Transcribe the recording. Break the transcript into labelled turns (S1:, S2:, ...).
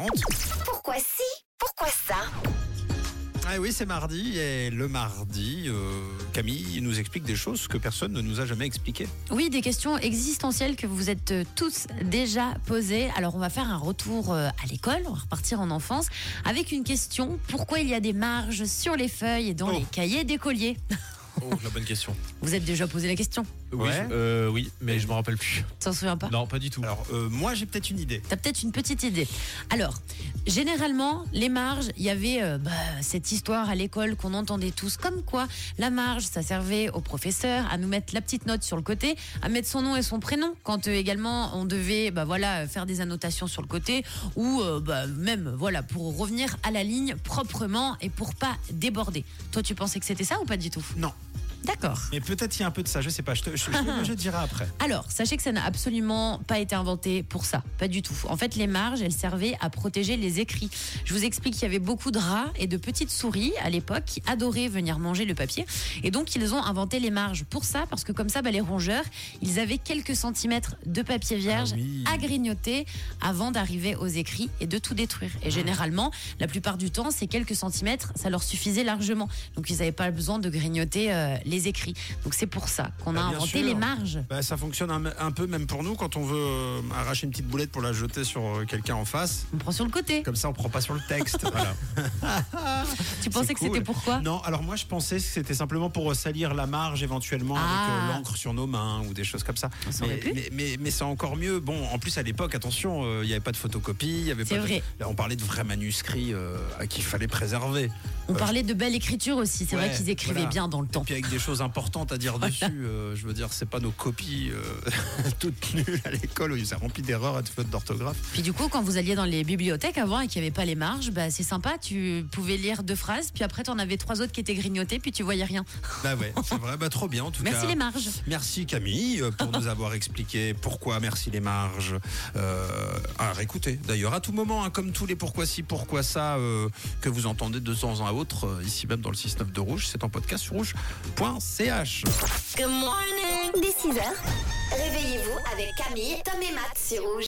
S1: Et Ah oui, c'est mardi et le mardi, euh, Camille nous explique des choses que personne ne nous a jamais expliquées.
S2: Oui, des questions existentielles que vous vous êtes euh, tous déjà posées. Alors, on va faire un retour euh, à l'école, on va repartir en enfance avec une question pourquoi il y a des marges sur les feuilles et dans
S1: Oh.
S2: les cahiers d'écoliers
S3: Oh, la bonne question.
S2: Vous êtes déjà posé la question
S3: Oui,
S1: Ouais.
S3: je- euh, oui, mais je me rappelle plus.
S2: T'en souviens pas
S3: Non, pas du tout.
S1: Alors, euh, moi, j'ai peut-être une idée.
S2: T'as peut-être une petite idée. Alors, généralement, les marges, il y avait euh, bah, cette histoire à l'école qu'on entendait tous, comme quoi la marge, ça servait au professeur à nous mettre la petite note sur le côté, à mettre son nom et son prénom, quand euh, également on devait bah, voilà, faire des annotations sur le côté, ou euh, bah, même voilà, pour revenir à la ligne proprement et pour pas déborder. Toi, tu pensais que c'était ça ou pas du tout
S1: Non.
S2: D'accord.
S1: Mais peut-être il y a un peu de ça, je sais pas. Je, te, je- je- je
S3: Ah,
S1: dirai après.
S2: Alors, sachez que ça n'a absolument pas été inventé pour ça, pas du tout. En fait, les marges, elles servaient à protéger les écrits. Je vous explique qu'il y avait beaucoup de rats et de petites souris à l'époque qui adoraient venir manger le papier. Et donc, ils ont inventé les marges pour ça, parce que comme ça, bah, les rongeurs, ils avaient quelques centimètres de papier vierge
S1: Ah oui.
S2: à grignoter avant d'arriver aux écrits et de tout détruire.
S1: Ah.
S2: Et généralement, la plupart du temps, ces quelques centimètres, ça leur suffisait largement. Donc, ils n'avaient pas besoin de grignoter euh, les écrits. Donc, c'est pour ça qu'on a
S1: Bah, bien
S2: inventé
S1: sûr.
S2: les marges.
S1: Bah, ça fonctionne un, un peu même pour nous quand on veut euh, arracher une petite boulette pour la jeter sur euh, quelqu'un en face.
S2: On prend sur le côté.
S1: Comme ça, on prend pas sur le texte. voilà.
S2: Tu pensais
S1: c'est
S2: que
S1: cool.
S2: c'était pourquoi
S1: Non, alors moi je pensais que c'était simplement pour salir la marge éventuellement avec
S2: Ah.
S1: euh, l'encre sur nos mains ou des choses comme ça.
S2: On s'en
S1: Mais,
S2: est plus.
S1: mais- mais- mais c'est encore mieux. Bon, en plus à l'époque, attention, euh, il n'y avait pas de photocopie, il y avait
S2: C'est
S1: pas de-
S2: vrai.
S1: Là, on parlait de vrais manuscrits euh, à qu'il fallait préserver.
S2: On
S1: Euh,
S2: parlait de belle écriture aussi. C'est vrai
S1: Ouais,
S2: qu'ils écrivaient
S1: voilà.
S2: bien dans le temps.
S1: Puis avec des choses importantes à dire dessus, euh, je veux dire, c'est pas nos copies euh, toutes nulles à l'école où ça rempli d'erreurs et de fautes d'orthographe.
S2: Puis du coup, quand vous alliez dans les bibliothèques avant et qu'il n'y avait pas les marges, bah, c'est sympa. Tu pouvais lire deux phrases, puis après, tu en avais trois autres qui étaient grignotées, puis tu voyais rien.
S1: Bah ouais, c'est vrai, bah trop bien en tout
S2: Merci
S1: cas.
S2: les marges.
S1: Merci Camille euh, pour nous avoir expliqué pourquoi merci les marges. Euh, à réécouter d'ailleurs à tout moment, hein, comme tous les pourquoi si, pourquoi ça euh, que vous entendez de temps en autre, euh, ici même dans le 6-9 de Rouge, c'est en podcast sur rouge.ch.
S4: Dès 6h, réveillez-vous avec Camille, Tom et Matt sur Rouge.